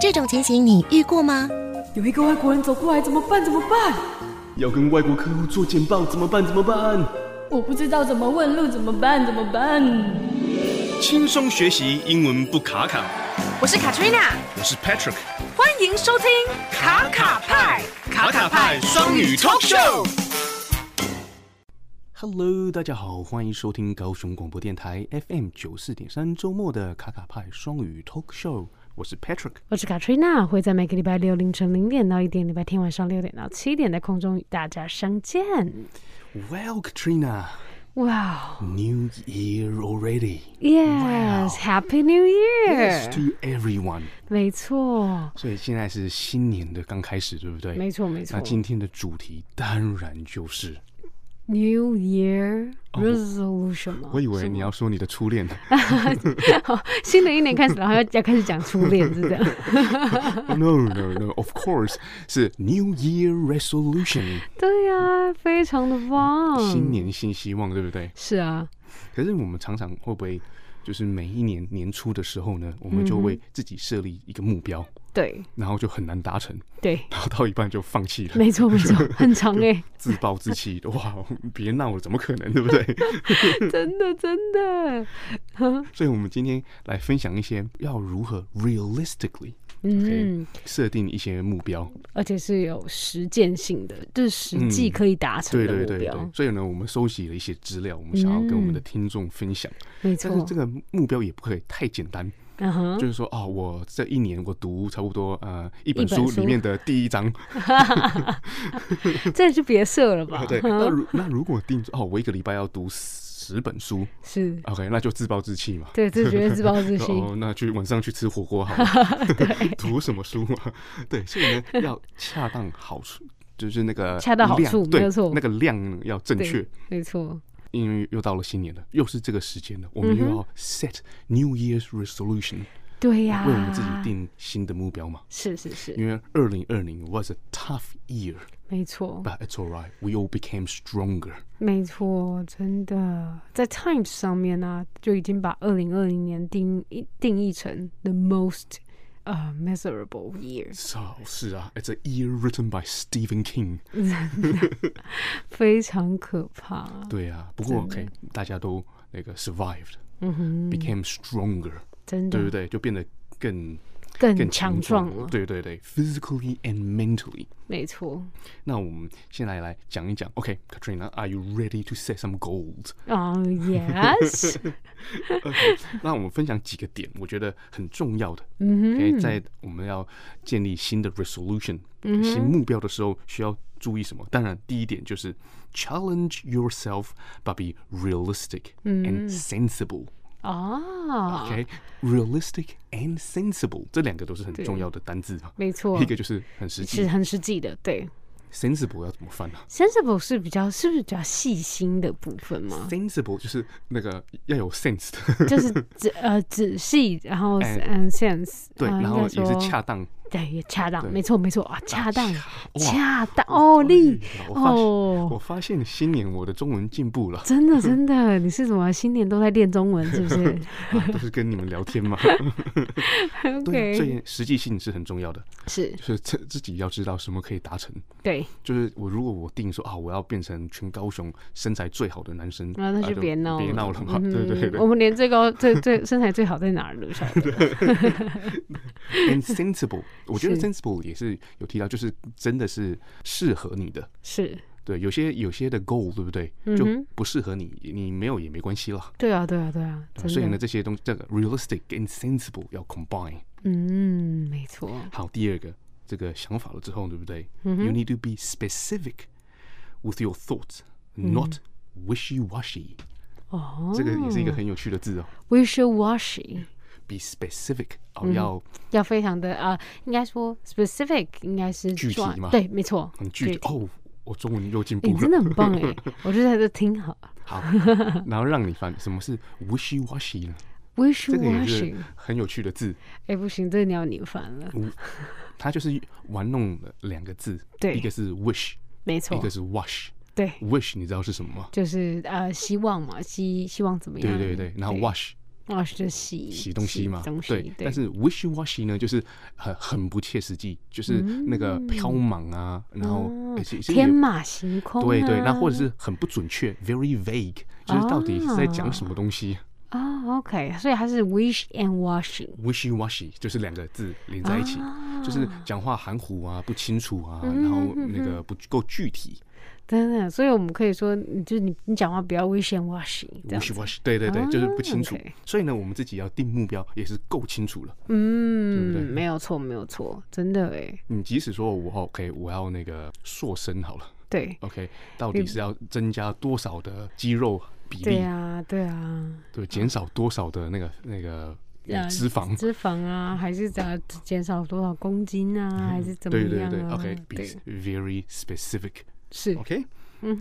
这种情形你遇过吗？有一个外国人走过来，怎么办？怎么办？要跟外国客户做简报怎么办？怎么办？我不知道怎么问路，怎么办？怎么办？轻松学习英文不卡卡。我是 Katrina，我是 Patrick，欢迎收听卡卡派卡卡派双语 Talk Show。 Hello，大家好，欢迎收听高雄广播电台 FM 九四点三周末的卡卡派双语 Talk Show，我是 Patrick。我是 Katrina，会在每个礼拜六凌晨零点到一点，礼拜天晚上六点到七点在空中与大家相见。 Well, Katrina, 哇、 New Year already. y e s h a p p y New Year！、 Yes to everyone. 没错，所以现在是新年的刚开始，对不对？没错，没错哦那。今天的主题当然就是， New Year Resolution 吗？Oh 我以为你要说你的初恋， 新的一年开始，然后要要开始讲初恋，是这 样。 No, no, no. Of course，是 New Year Resolution，、对呀、非常的棒。新年新希望，对不对？是啊，可是我们常常会不会，就是每一年年初的时候呢，我们就为自己设立一个目标，嗯对然后就很难达成，对，然后到一半就放弃了，没错 没错，很长哎、自暴自弃。 哇，别闹了，怎么可能，对不 对？真的真的，所以，我们今天来分享一些要如何 realistically 嗯，设定一些目标。而且是有实践性的，就是实际嗯可以达成对的对目对标，对，所以呢，我们收集了一些资料，我们想要跟我们的嗯哦听众分享。没但是错这。个目标也不可以太简单，嗯哼，就是说哦，我这一年我读差不多呃一本一本书书里面的第一 章，这就别设了吧啊。 对。那如那如果定哦，我一个礼拜要读十本书是， ，OK，那就自暴自弃嘛。对，这绝对自暴自 弃。哦，那去晚上去吃火锅好 了。 读什么书啊？对，所以呢，要恰当好处，就是那个恰到好量处对没有错那个量呢要正对确。没错，因为又到了新年了，又是这个时间了，我们又要 set New Year's resolution，、对呀、为我们自己定新的目标嘛。是是是，因为二零二零 was a tough year，but 没错， it's alright. We all became stronger. 没错，真的，在 Times 上面呢、就已经把二零二零年定义定义成 the most 呃、miserable year， So 是啊，it's a year written by Stephen King. 非常可怕。对啊，不过 OK，大家都那个 survived，嗯哼， became stronger，、真对不的对？就变得更更更强壮壮了。对对对，physically and mentally。没错那我们先来来讲一讲，OK，Katrina，are、you ready to set some goals？啊、y e s 那我们分享几个点，我觉得很重要的。嗯可以在我们要建立新的 resolution、新嗯目标的时候，需要注意什么？当然，第一点就是 challenge yourself, but be realistic and sensible、哼，嗯啊 OK, realistic and sensible 这两个都是很重要的单字嘛。没错一，个就是很实是际很实际的，对。 ，sensible 要怎么翻呢、啊 sensible 是比较是不是比较细心的部分吗？ s e n s i b l e 就是那个要有 sense 的，就是 仔呃仔细，然后哎嗯 sense，对，呃然应后该也说是恰当。对也恰当，对没错没错啊，恰当哇恰当哦，你啊我发现，我哦，发现新年我的中文进步了。真的真的，你是什么新年都在练中文是不是啊都是跟你们聊天 嘛。对啊，所？OK，以实际性是很重要的，是就是自自己要知道什么可以达成。对，就是我如果我定说啊，我要变成全高雄身材最好的男生，然后那啊就别闹别闹了嘛。嗯对对我对们连最高最最身材最好在哪 儿都不晓得， ，and sensible，我觉得是 sensible 也是有提到，就是真的是适合你的。是对，有些有些的 goal，对不对？嗯就不适合你，你没有也没关系啦。对啊对啊对啊，对吧所以真呢，的，这些东西，这个 realistic and sensible 要 combine。嗯，没错，好，第二个这个想法了之后，对不对、y 嗯 o u need to be specific with your thoughts, not wishy washy、嗯哦，这个也是一个很有趣的字哦。 wishy washy。 Be specific 哦，嗯要要非常的啊、呃应该说 specific，应该是具体抓吗对，没错，很具体哦。我中文又进诶 步真的了，很棒哎，我就在这听好好，然后让你翻什么是 wishy washy 呢？ ，wish 这个也 washing，是嗯很有趣的字，哎、不行，这个你要你烦了，它就是玩弄了两个字，对一个是 wish，没错一个，是 wash。对， wish 你知道是什么吗？就是呃，希望嘛，希希望怎么样？对对对，然后 wash 啊，就是洗洗东西嘛，东西对。但是 wishy washy 呢，就是很很不切实际，就是那个飘茫啊，然后而且其实也嗯哦天马行空、啊，对对，那或者是很不准确，very vague，就是到底是在哦讲什么东西啊、o k 所以它是 wish and washing， ，wishy washy 就是两个字连在一起，哦就是讲话含糊啊，不清楚啊，嗯然后那个不够具体真的，所以我们可以说，你就是你你讲话不要 wish and washing，这样，wishy 子哦 washy，对对对，就是不清楚，OK。所以呢，我们自己要定目标也是够清楚了。嗯，对不对没有错，没有错，真的哎，你嗯即使说我哦 OK，我要那个塑身好了。对， OK，到底是要增加多少的肌肉比对例？啊，对啊，对，减少多少的那个那个呃呃脂 肪？脂肪啊，还是怎样减少多少公斤啊，还是怎嗯么对对样对啊？ ，OK，be 哦 very specific。是 OK，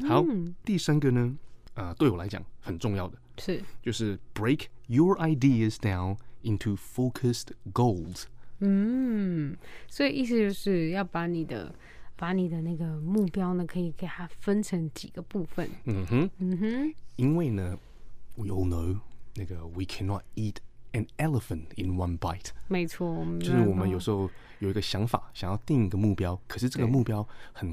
好，嗯第三个呢，呃，对我来讲很重要的是，就是 break your ideas down into focused goals。嗯，所以意思就是要把你的把你的那个目标呢，可以给它分成几个部分。嗯哼，嗯哼，因为呢，we all know 那个 we cannot eat an elephant in one bite。没错，我们就是我们有时候有一个想法，想要定一个目标，可是这个目标很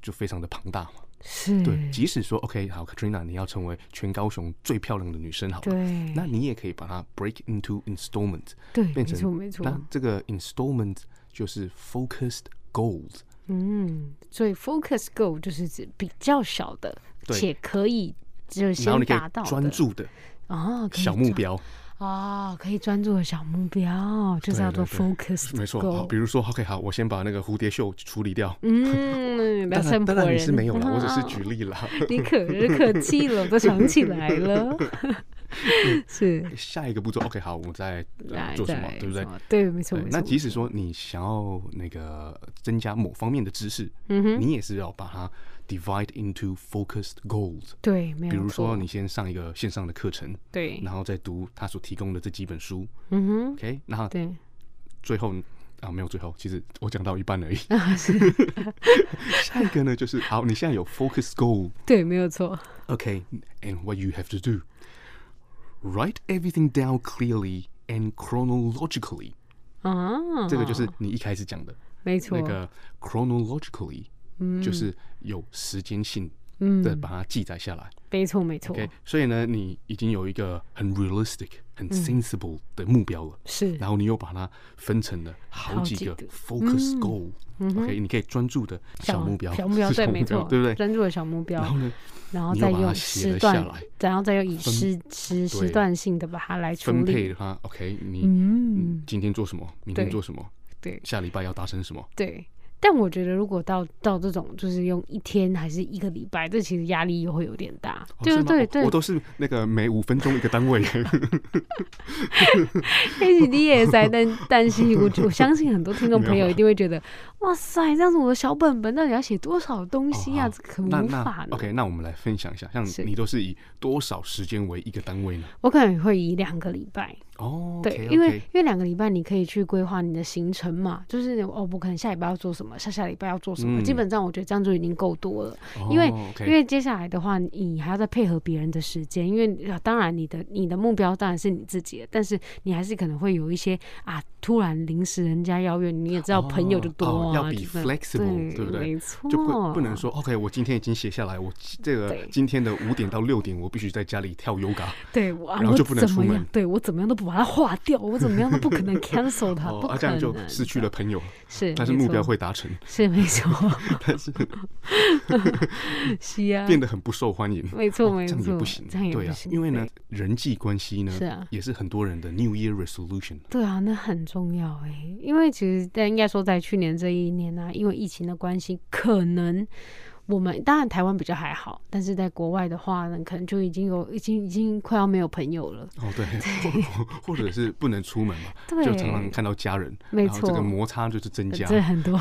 就非常的庞大嘛。是对，即使说 OK 好，Katrina，你要成为全高雄最漂亮的女生好了，对嗯那你也可以把它 break into installment，对，没变成错没错。那这个 installment 就是 focused goals，嗯，所以 focus goal 就是指比较小的，对且可以就是然后先你可达到以的专注的啊，可以小目专标，啊，可以专注的小目标，就对是叫对做对 focus。没错。好，比如说 OK 好，我先把那个蝴蝶袖处理掉。嗯，当然，聊生活当然你人是没有 啦，我只是啊举例啦。 你可可气了，都想起来了， 是下一个步骤，OK，好，我再呃来做什么，再嗯对不对什？么对，没错对，没错。那即使说你想要那个增加某方面的知识，嗯哼你也是要把它 divide into focused goals。对，没有比如说，错你先上一个线上的课程，对，然后再读他所提供的这几本书嗯哼， ，OK，然后对，最后啊，没有最后，其实我讲到一半而已。 啊下一个呢，就是好，你现在有 focused goal，对，没有错。 Okay, and what you have to do. Write everything down clearly and chronologically. 啊，这个就是你一开始讲的没错嗯那，个 chronologically，就是有时间性的把它记载下来。没嗯错，没错， OK，所以呢，你已经有一个很 realistic、很嗯 sensible 的目标了。是然后你又把它分成了好好几几个个嗯 focus goal，OK，、OK，你可以专注的小目标，小目标，是小对，目没错， 对不对？专注的小目标然，后呢，然后你再又把它用写时了段下来，然后再用以分时时时对段性的把它来处分配理。它，OK，你嗯，今天做什么，明天对做什么，对下礼拜要达成什么，哦对。但我觉得，如果到到这种，就是用一天还是一个礼拜，这其实压力又会有点大。哦就是是吗对哦对我，都是那个每五分钟一个单位。黑起你也在担担心，我我相信很多听众朋没有啊友一定会觉得，哇塞，这样子我的小本本到底要写多少东西啊？好这可那无法那呢。 OK，那我们来分享一下，像是你都是以多少时间为一个单位呢？我可能会以两个礼拜，哦，对 o k 因为因为两个礼拜你可以去规划你的行程嘛，就是哦，我可能下礼拜要做什么，下下礼拜要做什么，嗯基本上我觉得这样就已经够多了。因为 o k 因为接下来的话，你还要再配合别人的时间，因为呃当然你的你的目标当然是你自己的，但是你还是可能会有一些啊，突然临时人家邀约，你也知道朋友就多哦啊，哦要 be 就是 flexible，对对不对没错，就不不能说 OK，我今天已经写下来，我这个哦对今天的五点到六点，我必须在家里跳 yoga。对我，啊然后我就不能怎出么门样对我怎么样都不把它划掉，我怎么样都不可能 cancel 它，哦， 不啊，可这能样就失去了朋友，是，但是没目标错嗯会达 成，是没错，但是是啊，变得很不受欢 迎。没错没这错，样也不行，这样也对不啊行，因为呢，人际关系呢，是啊也是很多人的 New Year resolution。对啊，那很重要哎、因为其实但应该说，在去年这一年呢、啊，因为疫情的关系，可能我们当然台湾比较还好，但是在国外的话呢，可能就已经有已经已经快要没有朋友了。哦，对，或或者是不能出门嘛，对，就常常看到家人，没然后这错个摩擦就是增加，这很 多，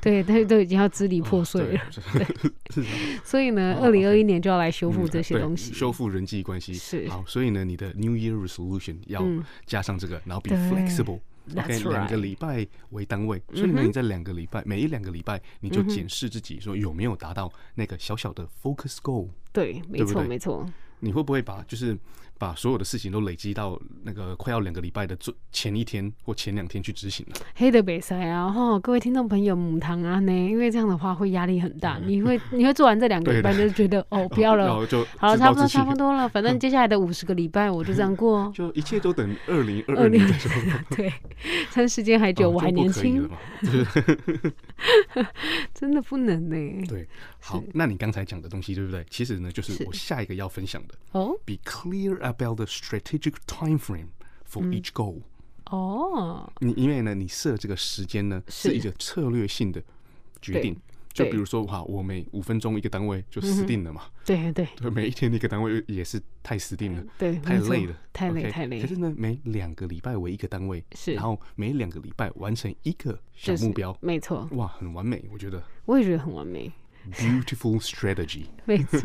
对，但都已经要支离破碎了。哦对，是 是所以呢，哦二，OK 零二一年就要来修复嗯这些对东西。修复人际关系是好，所以呢，你的 New Year resolution 要嗯加上这个，然后 be 对 flexible。OK， That's right 嗯两个礼拜为单位，所以呢，你在两个礼拜，每一两个礼拜，你就检视自己，说有没有达到那个小小的 focus goal。对，没对不错，对没错，你会不会把就是把所有的事情都累积到那个快要两个礼拜的最前一天或前两天去执行了。黑的北塞啊，哈，各位听众朋友，母汤啊呢，因为这样的话会压力很大，你会你会做完这两个礼拜嗯对就觉得 哦不要然了，后就好了，自差暴不多自弃，差不，多了，反正接下来的五十个礼拜我嗯就这 样过就一切都等二零二二年的 时候，对，趁时间还久，哦我还就不年可以轻了，嘛。就是真的不能呢。对，好，那你刚才讲的东西对不对？其实呢，就是我下一个要分享的哦，be clear about the strategic time frame for 嗯 each goal。哦，你因为呢，你设这个时间呢，是是一个策略性的决对定。就对嗯比如说，哇，我每五分钟一个单位就死定了嘛。对对对，每一天一个单位也是太死定了，对太没错累了，太累 OK？太累可是呢，每两个礼拜为一个单位，是然后每两个礼拜完成一个小就是目标，没错，哇，很完美，我觉 得我也觉得很完美。 beautiful strategy。没错，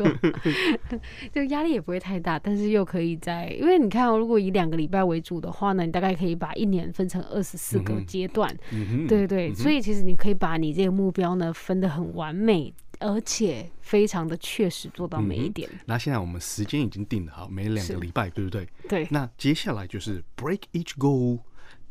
就压力也不会太大，但是又可以在，因为你看、哦，如果以两个礼拜为主的话呢，你大概可以把一年分成二十四个阶段，嗯哼，对对，所以其实你可以把你这个目标呢分得很完美，而且非常的确实做到每一点，那现在我们时间已经定了，好，每两个礼拜，对不对？对那接下来就是 break each goal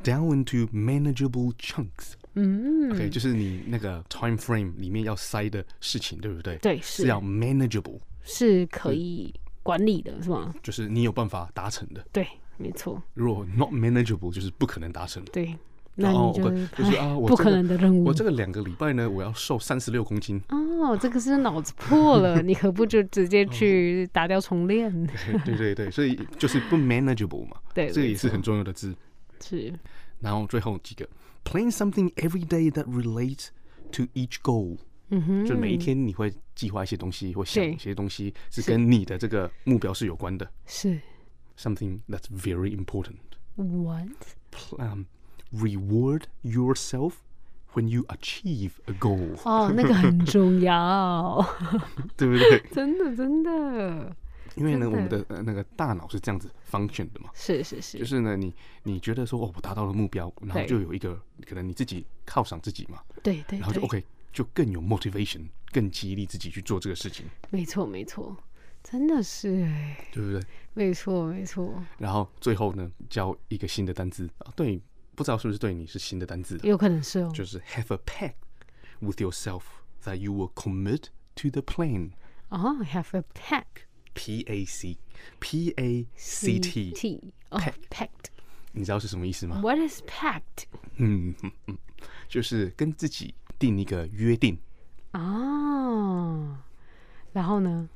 down into manageable chunks。嗯，OK，就是你那个 time frame 里面要塞的事情，对不对？对是是要 manageable，是可嗯以管理的，是吗？就是你有办法达成的。对，没错，如果 not manageable，就是不可能达成的。对，那哦你就我是 就是啊，我不这可个能的任务我这个两个礼拜呢，我要瘦三十六公斤， 哦，这个是脑子破了，你何不就直接去打掉重 练？对对对，所以就是不 manageable 嘛，对这个没也是错很重要的字。是。然后最后几个，plan something every day that relates to each goal。嗯哼，就每一天你会计划一些东西，或想对一些东西是跟你的这个目标是有关的。是 Something that's very important. what？ Plan, reward yourself when you achieve a goal， 哦，那个很重要，对不对？ 真的真的，因为呢，真的我们的呃那个大脑是这样子 function 的嘛，是是是，就是呢，你你觉得说哦，我达到了目标，然后对就有一个可能你自己犒赏自己嘛，对对然后就对 OK，就更有 motivation，更激励自己去做这个事情，没错没错，真的是哎，对不对？没错没错，然后最后呢，教一个新的单字啊，对，不知道是不是对你是新的单字啊，有可能是哦，就是 have a pact with yourself that you will commit to the plan。哦，have a pack P A C P A C T， T 哦 pack 啊 pact。你知道是什么意思吗？ What is pact？嗯，嗯嗯 就是跟自己定一个约定。啊，然后呢？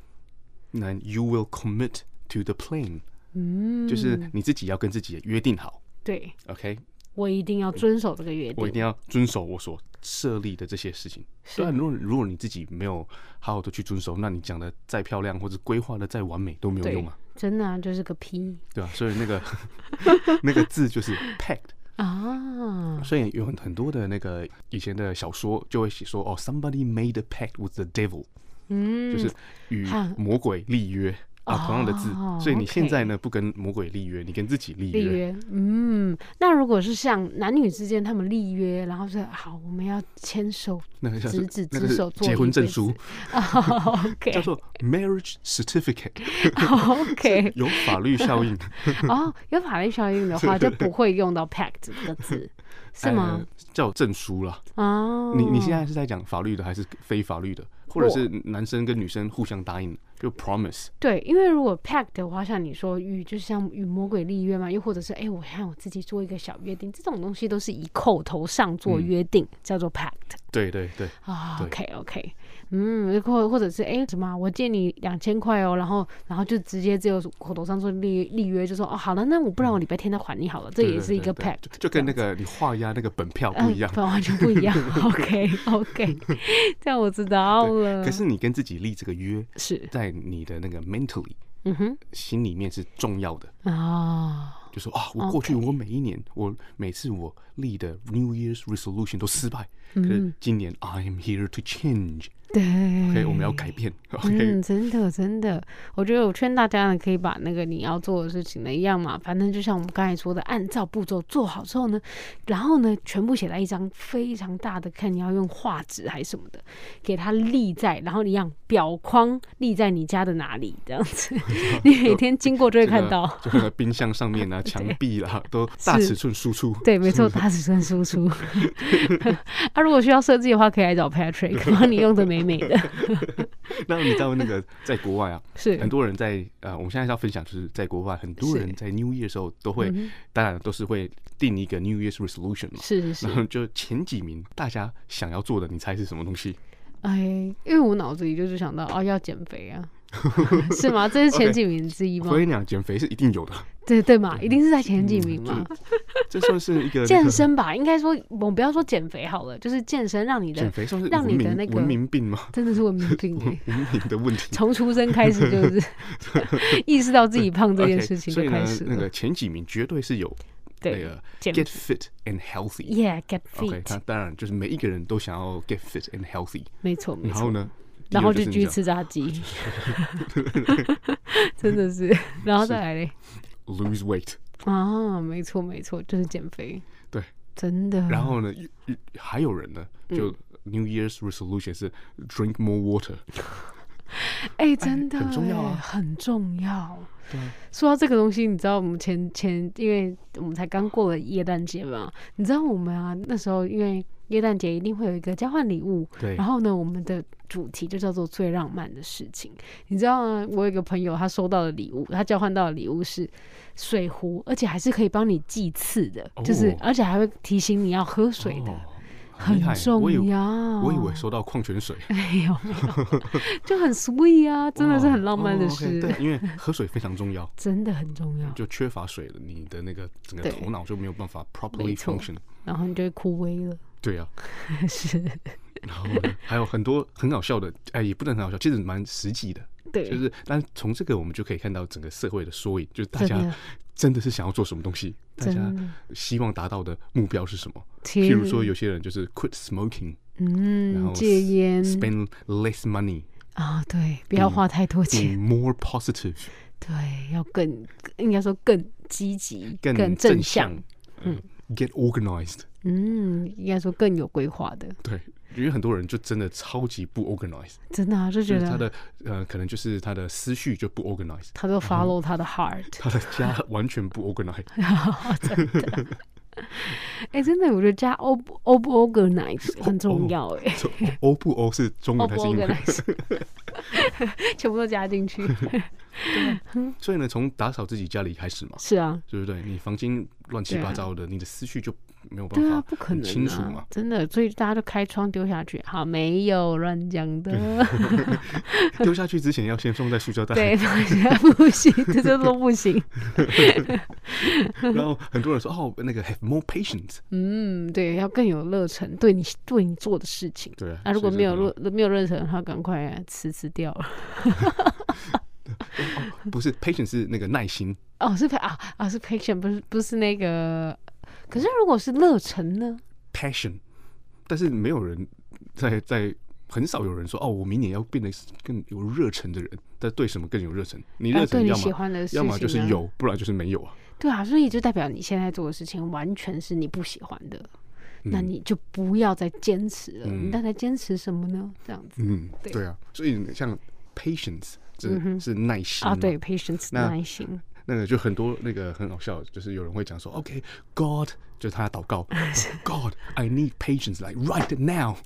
那 you will commit to the plan，嗯，就是你自己要跟自己约定好对，OK，我一定要遵守这个约我一定，定要遵守我所设立的这些事情。虽然如果如果你自己没有好好的去遵守，那你讲的再漂亮或者规划的再完美都没有对用啊，，真的啊，就是个 P 对吧、所以那个 那个字就是 pact。啊， 所以有很很多的那个以前的小说就会写说，哦，somebody made a pact with the devil，嗯，就是与哈魔鬼立约啊，同样的字。哦所以你现在 OK 呢不跟魔鬼立约，你跟自己立立约。约，嗯，那如果是像男女之间他们立约，然后说好，我们要牵手， 那个叫做执子那个之是手，做结婚一辈证子书哦叫，OK，OK，做 marriage certificate， OK，有法律效应 哦，有法律效应的话就不会用到 pact 这个 字，是吗呃？叫证书啦。哦，哎你你现在是在讲法律的还是非法律的，或者是男生跟女生互相答应就 promise？对，因为如果 pact 的话，像你说与就是像与魔鬼立约嘛，又或者是哎，我看我自己做一个小约定，这种东西都是以口头上做约定，叫做 pact。对对对，啊、嗯对 o k OK，嗯，或或者是哎什么啊，我借你两千块哦，然后然后就直接只有口头上做立立约，就说哦好了，那我不然我礼拜天再还你好了，嗯这对也对是一对个对 pact，就就跟那个你画押那个本票嗯不一样。完全不 一样。OK OK，这样我知道了。可是你跟自己立这个约，是在你的那个 mentally 嗯哼心里面是重要的。啊、就说啊，我过去我每一年，我每次我立的 New Year's resolution 都失败，嗯可是今年 I am here to change，对 OK，我们要改变，OK，嗯，真的真的，我觉得我劝大家呢，可以把那个你要做的事情呢一样嘛，反正就像我们刚才说的，按照步骤做好之后呢，然后呢，全部写在一张非常大的，看你要用画纸还是什么的，给它立在，然后一样表框立在你家的哪里，这样 子，你每天经过就会这个看到。 就在冰箱上面啊、 墙壁啦，都大是尺寸输出。 对，没错，大尺寸输 出。 啊，如果需要设计的话，可以来找 Patrick，帮你用的美美的。那你知道那个在国 外啊，是很多人在呃，我们现在要分享就是在国外，很多人在 New Year 的时候都嗯会，当然都是会定一个 New Year's resolution 嘛。是是是然，后就前几名，大家想要做的，你猜是什么东西？哎，因为我脑子里就是想到哦，要减肥啊， 是吗？这 是前几名之一吗我？跟你讲，减肥是一定有的，对对嘛，一定是在前几名嗯嘛。这算是一个那 健个身吧，应该说，我们不要说减肥好了，就是健身让你的减肥算是让文你的明那个文明病 吗？。真的是文明病哎 文明的问题。 从出生开始就是 意识到自己胖这件 OK，事情所以就呢开始，那了个。前几名绝对是有那对个减 get fit and healthy。 ，Yeah, get OK，他 fit，当然就是每一个人都想要 get fit and healthy。没错没然后错。呢，然后第就二是继你续讲吃炸鸡， 真的是。然后再来嘞， lose weight。啊，没错没错，就是减肥，对，真的。然后呢，有有还有人呢，就嗯 New Year's resolution 是 drink more water。哎、真的、哎很重要啊很重要。说到这个东西，你知道我们前前，因为我们才刚过了耶诞节嘛，你知道我们啊那时候因为耶诞节一定会有一个交换礼物，对然后呢，我们的主题就叫做最浪漫的事情。你知道吗？我有一个朋友，他收到的礼物，他交换到的礼物是水壶，而且还是可以帮你祭祀的，就是哦而且还会提醒你要喝水的。哦很很厉害我以重为要我以为收到矿泉水， 没有没有，就很 sweet 啊，真的是很浪漫的哦哦事。 ，OK，对，因为喝水非常重要，真的很重要。就缺乏水了，你的那个整个对头脑就没有办法没 properly 错 function。然后你就会枯萎了。 对啊，是，然后呢还有很多很好笑的，哎，也不能很好笑，其实蛮实际的。对，就是，但从这个我们就可以看到整个社会的缩影，就是大真家的真的是想要做什么东西，大家真的希望达到的目标是什么。其譬如说，实有些人就是 quit smoking，然嗯，后戒 s- 烟，spend less money，啊，对，不要花太多 be 钱， more positive，对，要更应该说更积极、更正向，嗯，get organized。嗯，应该说更有规划的，对，因为很多人就真的超级不 organized，真的啊，就就觉是他得的嗯呃，可能就是他的思绪就不 organized，他都 follow 他的 heart，他的 家完全不 organized。哎，真的，我觉得加 o o o organize 很重要，哎。 So, O O 不 O 是中 o 文还哦是英文？ organize，全部都加 进去。所以呢，从打扫自己家里开始嘛，是啊，对不对？你房间乱七对啊八糟的，你的思绪就没有办对法啊，不可很能、啊，清楚嘛。真的，所以大家就开窗丢下去。好，没有乱讲的，丢下去之前要先放在塑胶袋 对，，不行，这这都不行。 然后很多人说哦，那个 have more patience，嗯，对，要更有热忱，对你对你做的事情。对啊啊，如果所以没有这热没有热忱的话，赶快辞辞掉了。 不是 patience 是那个耐心，哦，是 pa- 啊啊是 patient，不是不是那个。可是如果是热忱呢？ passion，但是没有人在在很少有人说哦，我明年要变得更有热忱的人。但对什么更有热忱？你啊热对忱你要喜欢的么事要么就是情啊有，不然就是没有啊。对啊，所以就代表你现在做的事情完全是你不喜欢的，那嗯你就不要再坚持了。嗯你到底在坚持什么呢？这样子。嗯，对对啊。所以像 patience 这嗯哼是耐心啊，嘛对，patience 那耐心，那个就很多那个很好笑，就是有人会讲说，OK，God，、就是他祷告，God，I need patience like right now，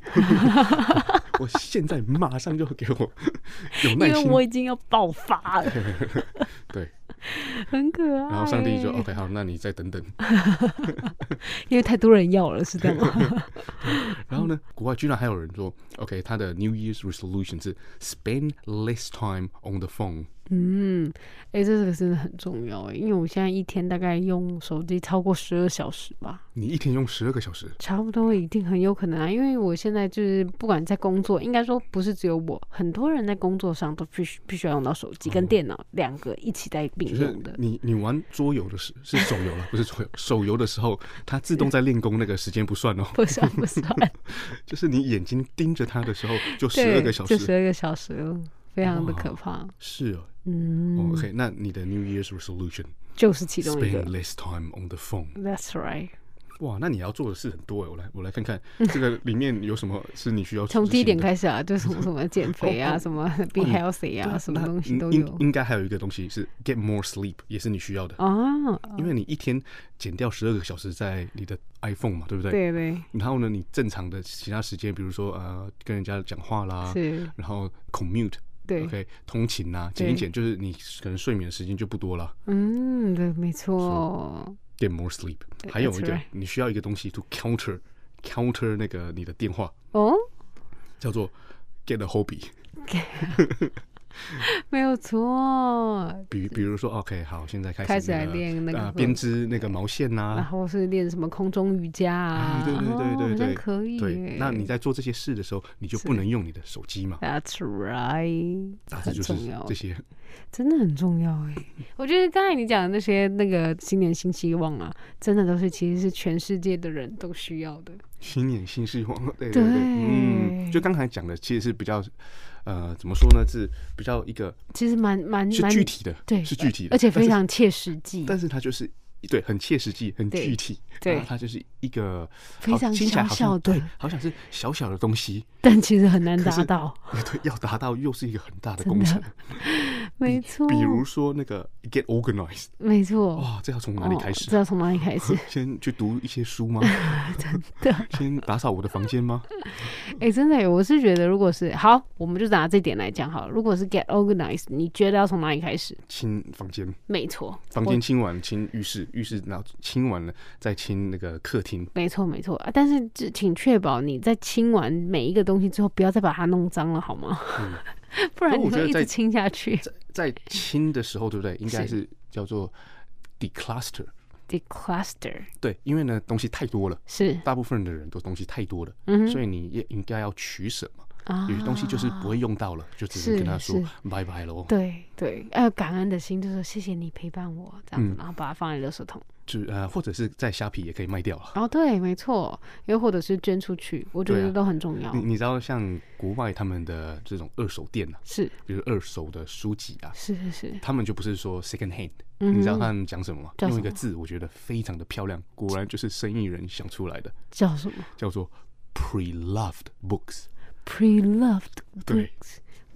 我现在马上就给我有因耐为心，我已经要爆 发了，对，很可爱。然后上帝就哎哦 OK 好，那你再等等。因为太多人要了，是这 样吗？然后呢，国外居然还有人说，OK，他的 New Year's resolution 是 spend less time on the phone，嗯，哎、这个真的很重要哎，因为我现在一天大概用手机超过十二小时吧。你一天用十二个小时，差不多一定很有可能啊，因为我现在就是不管在工作，应该说不是只有我，很多人在工作上都必须必须要用到手机跟电脑两个一起在并就是用 的。你你玩桌游的时是手游了，不是桌游，手游的时候，它自动在练功那个时间不算哦，不算不算，就是你眼睛盯着它的时候就 十对，二个小就十时，二个小时了，非常的可怕。是哦。嗯， OK，那你的 New Year's resolution 就是其中一个 spend。less time on the phone。 That's right。哇，那你要做的事很多哎，我来我来看看这个里面有什么是你需要从执第一行点的开始啊，就是什么什么减肥哦啊，什么 be 你 healthy 对啊，什么那东西应都应有应该还有一个东西是 get more sleep，也是你需要的，啊。因为你一天减掉十二个小时在你的 iPhone 嘛，对不对？对对然后呢，你正常的其他时间，比如说呃，跟人家讲话啦，是，然后 commute。对，啊 OK，通勤呐、减一对减，就是你可能睡眠时间就不多了嗯，对，没错。 ，get more sleep。还有一个 right，你需要一个东西 to counter counter 那个你的电话，哦，叫做 get a hobby。没有错，比比如说，OK，好，现在开始开始来个练那呃个编织那个毛线呐、然后是练什么空中瑜伽啊哎，对对对对哦好像对，可以耶。对，那你在做这些事的时候，你就不能用你的手机嘛？ That's right，大致很就是重要这，些。真的很重要哎。嗯我觉得刚才你讲的那些那个新年新希望啊，真的都是其实是全世界的人都需要的。新年新希望， 对对对，嗯，对就刚才讲的，其实是比较，呃，怎么说呢？是比较一个其实蛮蛮是蛮具体的，对，是具体的，而且但非是，常切实际，但是它就是对，很切实际，很对具体，嗯对然后它就是一个非好常听起来小好像小的对，好像是小小的东西， 但其实很难达是到。对，要达到又是一个很大的真工的 程。没错，比如说那个 get organized，没错，哇，这要从哪里哦开始知？道从哪里开始？先去读一些书 吗？对， 先打扫我的房间吗？ 哎、真的耶，我是觉得，如果是好，我们就拿这点来讲好了。如果是 get organized，你觉得要从哪里开始？清房间，没错，房我间清完，清浴室，浴室然后清完了再清那个客厅。没错没错啊，但是只请确保你在清完每一个东西之后，不要再把它弄脏了，好吗？ 不然不过你嗯我觉会得一在直清下去。在在清的时候，对不对？应该是是叫做 decluster。 Decluster 对，因为呢东西太多了， 是大部分的人都东西太多了，嗯所以你也应该要取舍嘛。啊有些东西就是不会用到了，就只能跟他说是拜拜喽。对对，要有感恩的心，就说谢谢你陪伴我这样子，嗯然后把它放在垃圾桶。就呃，或者是在虾皮也可以卖掉了。啊哦，对，没错，又或者是捐出去，我觉对啊得都很重要。你你知道，像国外他们的这种二手店啊，是比如二手的书籍啊，是是是，他们就不是说 second hand，、嗯哼你知道他们讲什么吗？叫什么用一个字，我觉得非常的漂亮，果然就是生意人想出来的，叫什么叫做 pre-loved books。 ？Pre-loved 对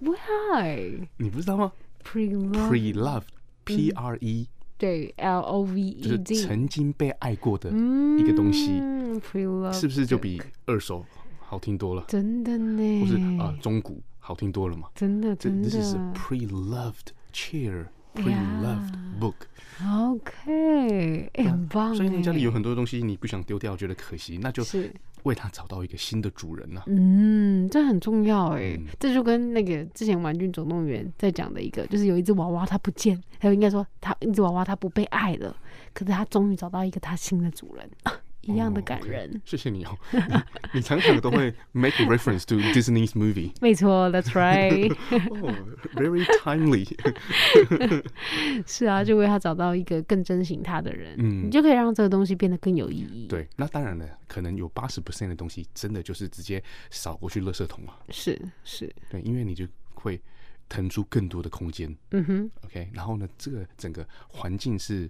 books，why 你不知道吗 pre-loved？ ？pre-loved。P R E 对，L O V 就 E 是 D，曾经被爱过的一个东西，嗯，pre-loved 是不是就 book 比二手好听多了，真的呢？或是呃中古好听多了嘛？真的这真的这是 pre-loved chair。Pre-loved book， OK，哎，很棒哎。啊所以你家里有很多东西你不想丢掉，觉得可惜，那就是为它找到一个新的主人呐、啊嗯，这很重要哎、嗯这就跟那个之前《玩具总动员》在讲的一个，就是有一只娃娃它不见，还有应该说它一只娃娃它不被爱了，可是它终于找到一个它新的主人，啊一样的哦感，OK，人。谢谢你哦， 你你常常都会 make a reference to Disney's movie，没错，That's right，哦、v e r y timely，是啊，就为它找到一个更珍惜它的人，嗯你就可以让这个东西变得更有意义。，对，那当然了，可能有八十 percent 的东西真的就是直接扫过去垃圾桶了，是是，对，因为你就会腾出更多的空间嗯哼， ，OK，然后呢，这个整个环境是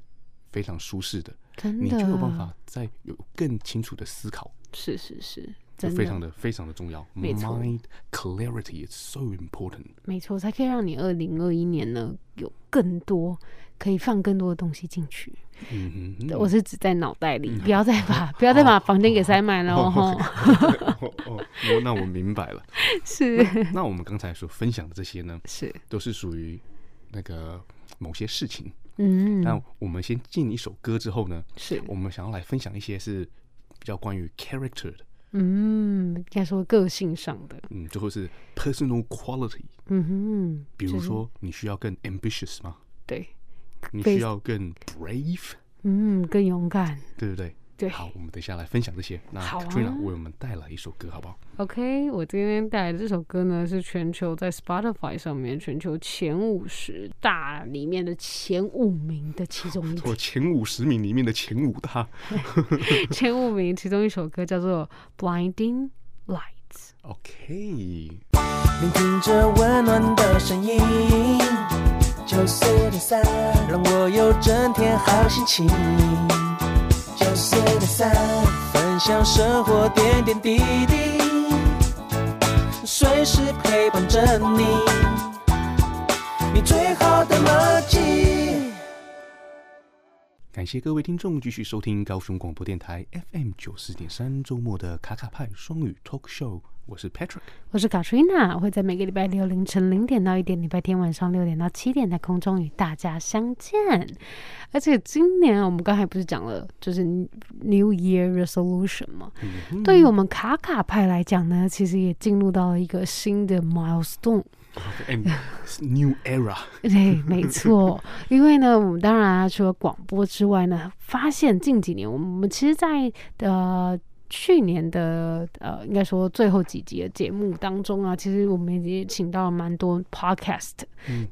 非常舒适的，真的，你就有办法再有更清楚的思考，是是是，就真非常的，的非常的重要没错，mind clarity is so important。没错，才可以让你二零二一年呢有更多可以放更多的东西进去。嗯哦哼，我是指在脑袋里，不要再把 不要再把房间给塞满了哦。哦哦，我那我明白了。 是那我们刚才所分享的这些呢，是，都是属于那个某些事情。嗯，那我们先进一首歌之后呢，是我们想要来分享一些是比较关于 character 的，嗯，应该说个性上的，嗯，最后是 personal quality，嗯哼，比如说你需要更 ambitious 吗？对，你非需要更 brave，嗯，更勇敢，对不对？对好，我们等一下来分享这些。那好啊 Katrina 为我们带来一首歌，好不好？ OK，我今天带来的这首歌呢，是全球在 Spotify 上面全球前五十大里面的前五名的其中一 我前五十名里面的前五大。前五名其中一首歌叫做《Blinding Lights》。 OK，聆听着温暖的声音，九四点三，让我有整天好心情。九四点三，分享生活点点滴滴，随时陪伴着你，你最好的默契。感谢各位听众继续收听高雄广播电台 FM 九四点三周末的卡卡派双语 Talk Show，我是 Patrick。我是 Katrina，我会在每个礼拜六凌晨零点到一点，礼拜天晚上六点到七点在空中与大家相见。而且今年我们刚才不是讲了，就是 New Year Resolution 吗？对于我们卡卡派来讲呢，其实也进入到了一个新的 milestone。 And new era， 对，没错，因为呢，我们当然啊、除了广播之外呢，发现近几年我们我们其实在，呃去年的呃，应该说最后几集的节目当中啊，其实我们也请到了蛮多 podcast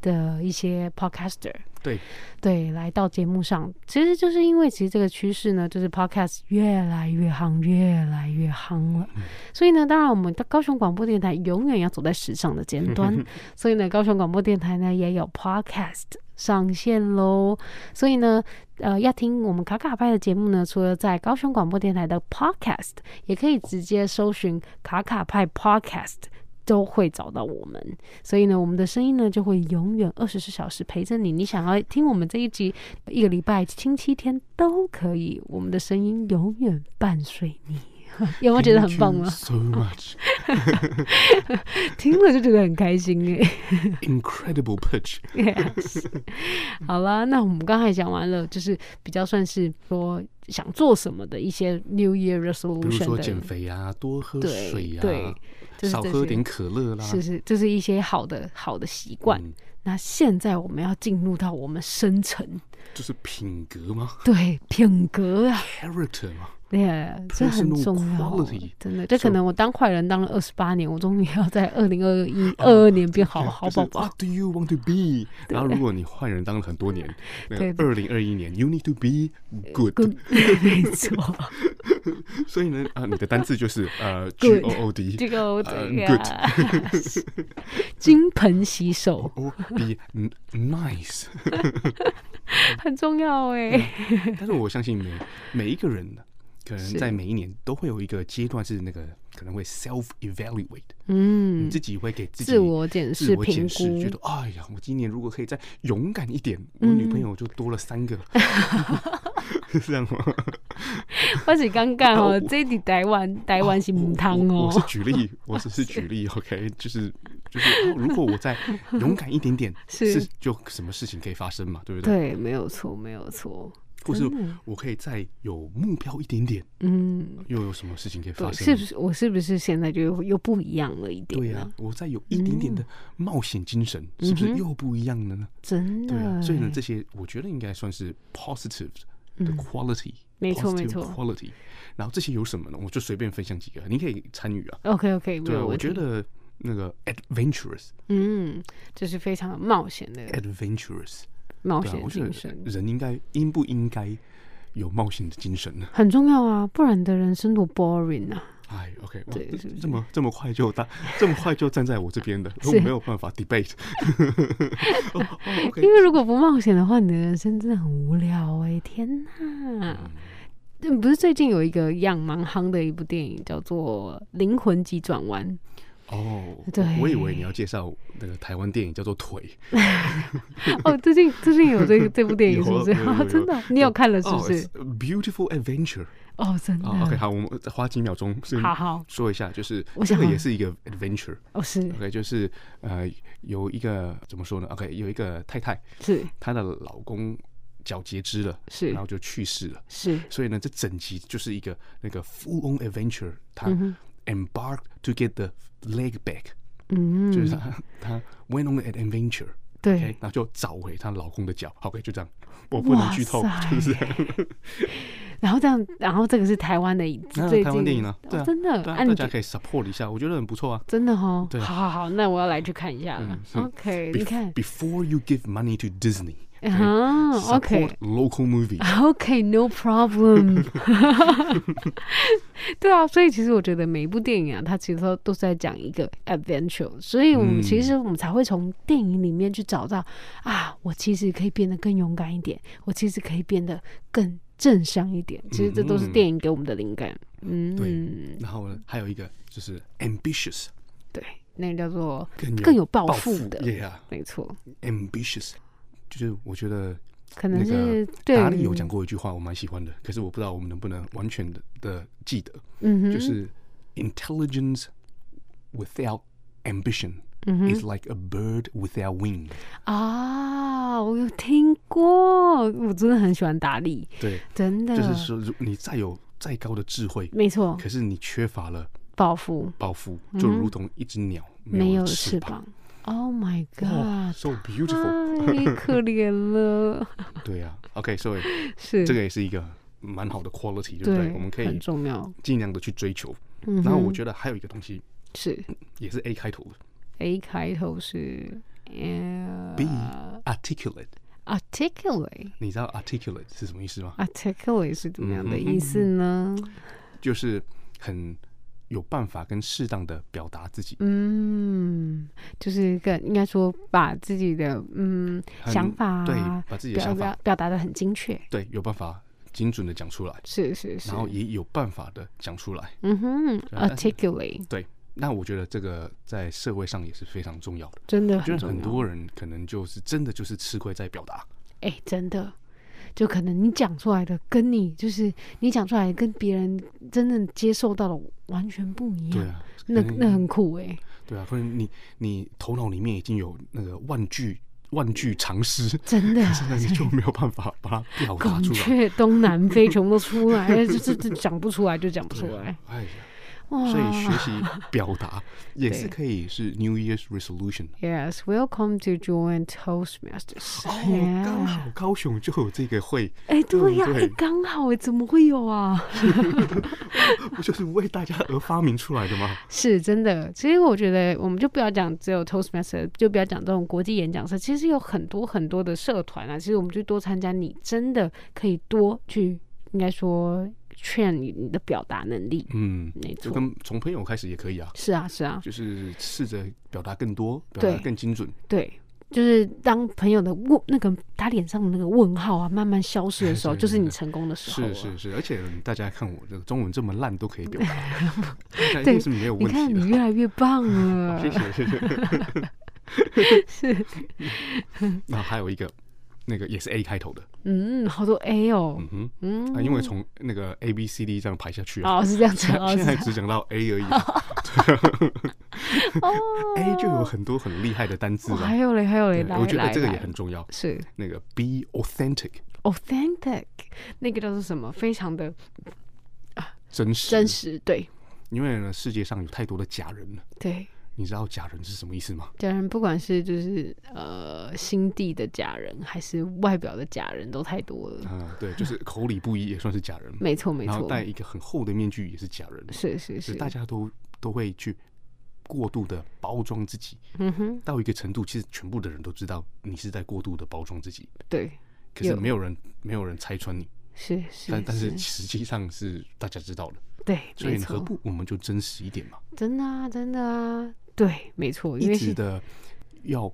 的一些 podcaster，、对， 对，来到节目上，其实就是因为其实这个趋势呢，就是 podcast 越来越夯，越来越夯了。所以呢，当然我们的高雄广播电台永远要走在时尚的尖端，所以呢，高雄广播电台呢也有 podcast 上线喽。所以呢，呃，要听我们卡卡派的节目呢，除了在高雄广播电台的 podcast，也可以直接搜寻卡卡派 podcast。都会找到我们，所以呢，我们的声音呢就会永远二十四小时陪着你。你想要听我们这一集，一个礼拜、星期天都可以，我们的声音永远伴随你。 有没有觉得很棒啊吗？ ？So much 听了就觉得很开心哎、 incredible pitch， Yes 好啦，那我们刚才讲完了，就是比较算是说想做什么的一些 New Year 比如 Resolution 说的，减肥啊，多喝对水呀、对就是少这喝些点可乐啦。是是，这是一些好的好的习惯。嗯那现在我们要进入到我们深层 就是品格吗对品格啊， ？Character 吗？对啊，这很 Personal 重要 quality，，真的。这 So- 可能我当坏人当了二十八年，我终于要在二零二一二二年变好好就是宝宝 What。do you want to be？然后如果你坏人当了很多年，那对二零二一年 you need to be good。 Good，没 错， 所以呢，啊，你的单字就是呃 G Good O O D，这个我呃这个啊 金盆洗手 or be n- nice。很重要哎、但是我相信每每一个人呢，可能是在每一年都会有一个阶段是那个可能会 self evaluate，嗯，你自己会给自己自我检视自我评检视，觉估嗯得，哎呀，我今年如果可以再勇敢一点，我女朋友就多了三 个， 是这样吗？我是刚刚啊哦我，哦这里台湾台湾是母汤我我哦我，是举例，我只是举 例，OK，就是就是，哦如果我再勇敢一点点， 是是就什么事情可以发生嘛，对不对？ 对，没有错，没有错，或是真的我可以再有目标一点点，嗯，又有什么事情可以发对，生？是不是我是不是现在就又又不一样了一点对呀、呢？嗯我再有一点点的冒险精神，是不是又不一样了呢？真的对啊，欸，所以呢，这些我觉得应该算是 positive 的 quality，、嗯没错 positive 没错 quality。然后这些有什么呢？我就随便分享几个，你可以参与啊。 OK OK，没对啊，有我问觉题，得那个 adventurous，adventurous，、嗯，就是非常冒险的 adventurous，冒哎对啊，险我觉精神得。人应该应不应该有冒险的精神呢？很重要啊，不然你的人生多 boring 啊！哎，OK，哇对这是不是这么这么快就大， 这么快就站在我这边的，我是没有办法 debate。哦 哦，OK，因为如果不冒险的话，你的人生真的很无聊哎、天哪！嗯，不是最近有一个样蛮夯的一部电影，叫做《灵魂急转弯》。哦，我对我以为你要介绍那个台湾电影叫做《腿》， 哦，最近最近有这个这部电影有是不啊是？有有有 真的，你有看了是不哦是，it's？a Beautiful Adventure 哦，真的。啊，OK，好，我们再花几秒钟先好好说一下，就是我这想个要也是一个 adventure。哦，是 OK，就是呃，有一个怎么说呢？OK，有一个太太，是，她的老公脚截肢了，是然后就去世了。是所以呢，这整集就是一个那个 full on adventure，他嗯 embarked to get the leg back，嗯，就是他 他 went on an adventure。对 OK，那就找回她老公的脚。OK，就这样，我不能剧透哇，塞 就是然后这样，然后这个是台湾的那最近台湾电影呢哦？对啊，真的，对啊啊，你大家可以 support 一下，我觉得很不错啊。嗯真的哦，对好好好，那我要来去看一下了。OK，Bef- 你看 Before you give money to Disney, 啊 support local movie. ，OK，OK，No problem。对啊，所以其实我觉得每一部电影啊，它其实都都是在讲一个 adventure，所以我们嗯其实我们才会从电影里面去找到啊，我其实可以变得更勇敢一点，我其实可以变得更正向一点。其实这都是嗯嗯电影给我们的灵感。嗯，对，然后呢，还有一个就是 ambitious，对，那个叫做更有更有抱负负的，没错， ，Yeah，ambitious，就是我觉得可能那是个对达利有讲过一句话，我蛮喜欢的，可是我不知道我们能不能完全的的记得，嗯哼，就是 intelligence without ambition。Is 嗯 like a bird without wing。啊，我有听过，我真的很喜欢达利，对，真的，就是说，如你再有再高的智慧，没错，可是你缺乏了暴富抱负，就如同一只鸟没有了翅翅。膀，Oh my 哇 God， ，so beautiful！太可怜了， 对啊，OK，所以是这个也是一个蛮好的 quality，对不对对？，我们可很以重要，尽量的去追求。嗯哼，然后我觉得还有一个东西是也是 A 开头的 A 开头是呃，B articulate。 articulate。你知道 articulate 是什么意思啊吗？ Articulate 是怎么样的嗯意思呢？就是很有办法跟适当的表达自己，嗯，就是更应该说把自己的嗯很想法啊对，把自己的表想法表表达的很精确，对有办法精准的讲出来，是是是然，后也有办法的讲出来。嗯哼啊但是，articulate 对，那我觉得这个在社会上也是非常重要的。真的我觉很得重很要，多人可能就是真的就是吃亏在表达，哎，真的。就可能你讲出来的跟你就是你讲出来的跟别人真正接受到的完全不一样，啊，哎那可能那很酷哎、对啊，或者你你头脑里面已经有那个万句万句常识， 真 的可是呢你就没有办法把它表达孔 出来。雀东南飞全部都出来 了，就是这讲不出来就讲不出对来啊，，哎呀，哇所以学习表 达也是可以是 New Year's resolution。 Yes, welcome to join Toastmasters. 哦， Yeah 刚好高雄就有这个会， 哎，对呀、对哎，刚好哎，怎么会有啊？不就是为大家而发明出来的吗？是真的。其实我觉得，我们就不要讲只有 Toastmaster，就不要讲这种国际演讲社，其实有很多很多的社团啊。其实我们就多参加，你真的可以多去，应该说劝你你的表达能力。嗯，没就错，跟从朋友开始也可以啊，是啊，是啊，就是试着表达更多，表对达更精准。对。就是当朋友的问那个他脸上的那个问号啊，慢慢消失 的时候，对对就是你对成功的时候了。啊是是是，而且大家看我这个中文这么烂都可以表达， 大家一对定是没有你问看题你的。越来越 棒了。谢谢谢 谢。是。 那还有一个，那个也是 A 开头的，嗯，好多 A 哦嗯，哼，嗯，啊，因为从那个 A B C D 这样排下去啊， 哦是这样子，哦现是在只讲到 A 而已啊。对啊 A 就有很多很厉害的单字哦还啊，有嘞，还有嘞，对来我觉得来这个来也很重要。是那个 B authentic authentic，那个叫做什么？非常的真实，真，实，对因为呢，世界上有太多的假人了。对。你知道假人是什么意思吗？家人，不管是就是呃心地的假人，还是外表的假人，都太多了。啊，对，就是口里不一也算是假人，没嗯错，没然后错，戴一个很厚的面具也是假人，是是是，大家都都会去过度的包装自己，嗯哼，到一个程度，其实全部的人都知道你是在过度的包装自己，对，可是有没有人没有人拆穿你，是是，但但是实际上是大家知道的，对，所没以何错，不我们就真实一点嘛，真的啊，真的啊，对，没错，因一为直是的要。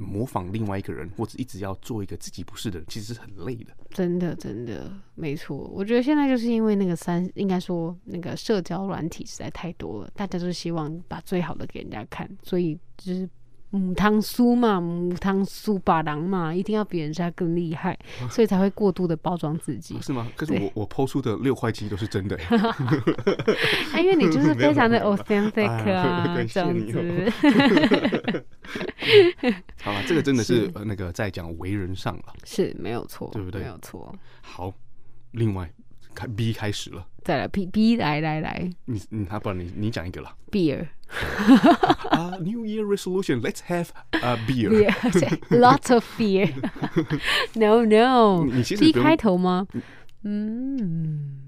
模仿另外一个人，或者一直要做一个自己不是的人，其实是很累的。真的，真的，没错。我觉得现在就是因为那个三，应该说那个社交软体实在太多了，大家就是希望把最好的给人家看，所以就是母汤酥嘛，母汤酥把郎嘛，一定要比人家更厉害，啊所以才会过度的包装自己 不。啊是吗？可是对我我剖出的六块肌都是真 的、 啊，因为你就是非常的没有没有 authentic 啊哎，这样感谢子。好了，这个真的是是呃那个在讲为人上了。是没有错，对不对没有错。好，另外开 B 开始了，再来 B B 来来来你你他不然你你讲一个 啦。 ，beer 啊、n e w Year Resolution，Let's have a beer。 beer，lots of beer，no no，你你其实 B 不用开头吗？嗯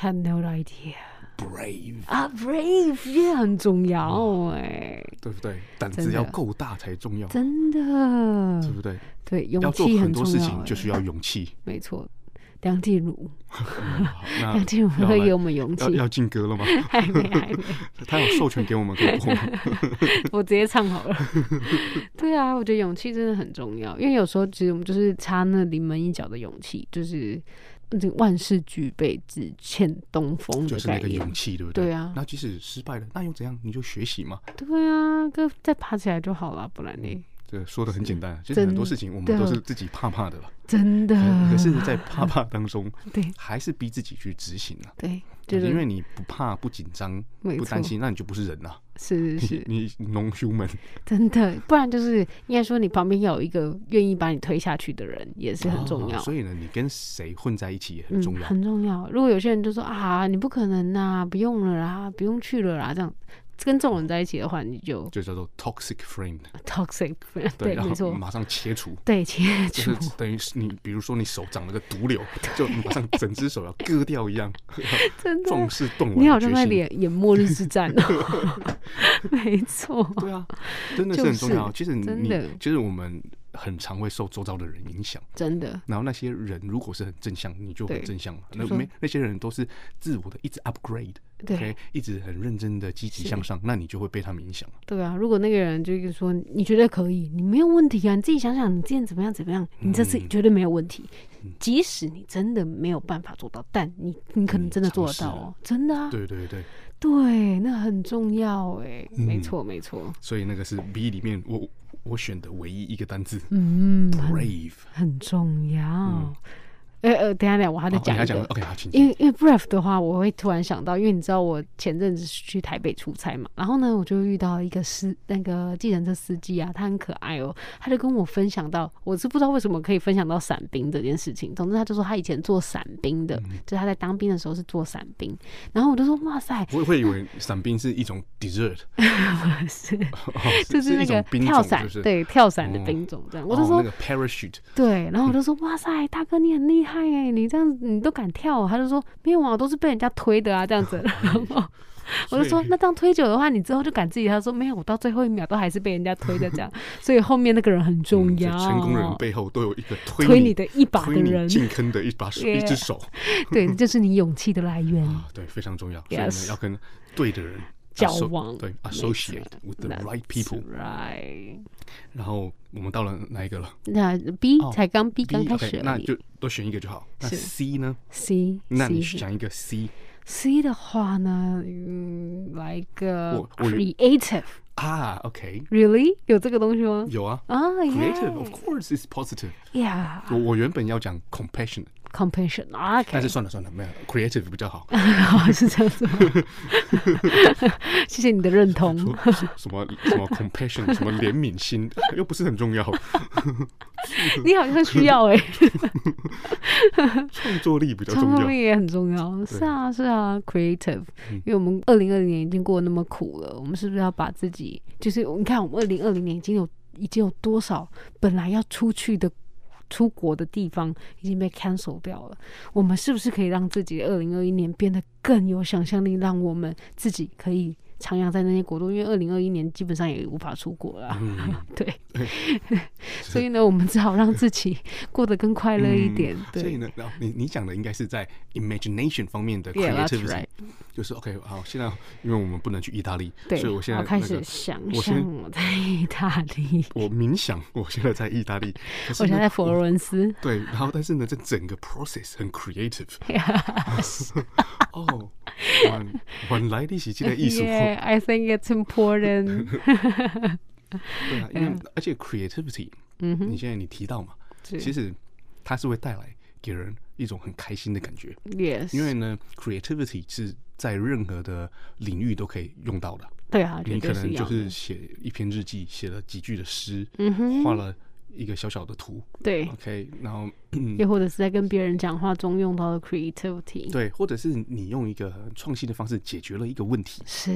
，have no idea。 Brave，啊，brave 也很重要哎、对不对？胆真子的要够大才重要，真对的不，对？对，要勇做气很很多重事要、哎欸情就需要勇 气。嗯没错。梁静茹，好那梁静茹要会来给我们勇气啊要，要进歌了吗？ 还没还没，他有授权给我们可以播 吗？我直接唱好了。 对啊，我觉得勇气真的很重要，因为有时候其实我们就是差那临门一脚的勇气，就是这个万事俱备只欠东风就的是那概个念勇。气，对不对啊那即使失败了，那又怎样？你就学习嘛。对啊，哥再爬起来就好了，不然呢？这说的很简单啊，其实很多事情我们真都的是自己怕怕的了，真的可，可是，在 怕怕当中，对还是逼自己去执行啊。对，就是因为你不怕、不紧张、没不担错心，那你就不是人了，是是你 是，你 non human。真的，不然就是应该说你旁边要有一个愿意把你推下去的人，也是很重要。哦所以呢，你跟谁混在一起也很重嗯，要。很重要。如果有些人就说啊，你不可能呐、不用了啦，不用去了啦，这样跟这种人在一起的话，你就就叫做 toxic friend， toxic，对，然后啊没嗯错，马上切除，对，切就除，是等于是你，比如说你手长了个毒瘤，就马 上整只手要割掉一样，真的壮。士断腕。你好像在脸。演演末日之战哦， 没错，对啊，真的是很重要。就其实真你的，其实我们很常会受周遭的人影响，真的，然后那些人如果是很正向，你就很对正向嘛。就那说没那些人都是自我的一直 upgrade，对 OK，一直很认真的积极是向上，那你就会被他们影响。对啊。如果那个人就是说，你觉得可以，你没有问题啊，你自己想想，你之前怎么样怎么样，你这次嗯绝对没有问题。即使你真的没有办法做到，但你你可能你真的做得嗯尝试到了哦，真的啊。对对对，对，那很重要哎，没嗯错没错，所以那个是 B 里面我我选的唯一一个单字嗯，很 brave。很重要。呃呃，等一下等一下，我还嗯哦在你讲还一讲个。 OK 好，请讲。因为因为 brave 的话，我会突然想到，因为你知道我前阵子去台北出差嘛，然后呢，我就遇到一个司那个计程车司机啊，他很可爱哦，他就跟我分享到，我是不知道为什么可以分享到伞兵这件事情。总之，他就说他以前做伞兵的，嗯就是他在当兵的时候是做伞兵，然后我就说 哇塞，我会以为伞兵是一种 dessert，是哦 就是那一个种兵跳种，伞就，是对跳伞的哦兵种这样，我哦就那说个 parachute，对，然后我就说：“哇塞，大哥你很厉害哎，你这样子你都敢跳、哦？”他就说：“没有啊，我都是被人家推的啊，这样子。”然 后我就所说：“以那这样推久的话，你之后就敢自己？”他说：“没有，我到最后一秒都还是被人家推的这样。”所以后面那个人很重嗯要，成功人背后都有一个推推你的一把推的你人进坑的一把手，一只 Yeah 手 对，这就是你勇气的来 源。啊，对，非常重要。所以 Yes 呢，要跟对的人交 asso- 往对没错，associate with the right people。 right？然后我们到了哪一个了那 B 哦才刚 B ？B 刚开 OK，始那而已就都选一个就好。那是 C 呢？ C，那你 C 想一个 C C 的话呢，嗯，来一个我我 creative，really 啊？OK，有这个东西吗？有啊。啊 Creative, of 耶 course, is positive. 呀我我原本要讲 compassion， ，compassion 啊，OK，嗯但是算了算了，没有 creative 比较好。好是这样子吗？ 谢谢你的认 同。说说什么什么 compassion，什么怜悯心，又不是很重要。你好像需要哎、创作力比较创重造要。力也很重要。是啊，是啊，creative，、因嗯为我们二零二零年已经过得那么苦了，我们是不是要把自己，就是你看，我们二零二零年已经有已经有多少本来要出去的。出国的地方已经被 cancel 掉了，我们是不是可以让自己二零二一年变得更有想象力，让我们自己可以徜徉在那些国度？因为二零二一年基本上也无法出国了啊，嗯， 对，所以呢，我们只好让自己过得更快乐一点。嗯对，所以呢，然后你你讲的应该是在 imagination 方面的 Yeah, that's creativity，、 right. 就是 OK，好，现在因为我们不能去意大利，对，所以我现在、那开始个想我先象我在意大利，我冥想，我现在在意 大利，可是我现在呢在佛罗我伦斯，对，然后但是呢，这整个 process 很 creative，哦， 原原来你是这个艺术， Yeah, I think it's important. 对啊，因为而且 creativity，嗯嗯哼，你现在你提到嘛，是其实它是会带来给人一种很开心的感觉。 ，yes，因为呢，creativity 是在任何的领域都可以用到的。对啊，绝你可对是能一就样是的，写一篇日记，写了几句的诗，嗯哼，画了一个小小的图对， ，OK，然后又或者是在跟别人讲话中用到的 creativity，，对，或者是你用一个很创新的方式解决了一个问题，是，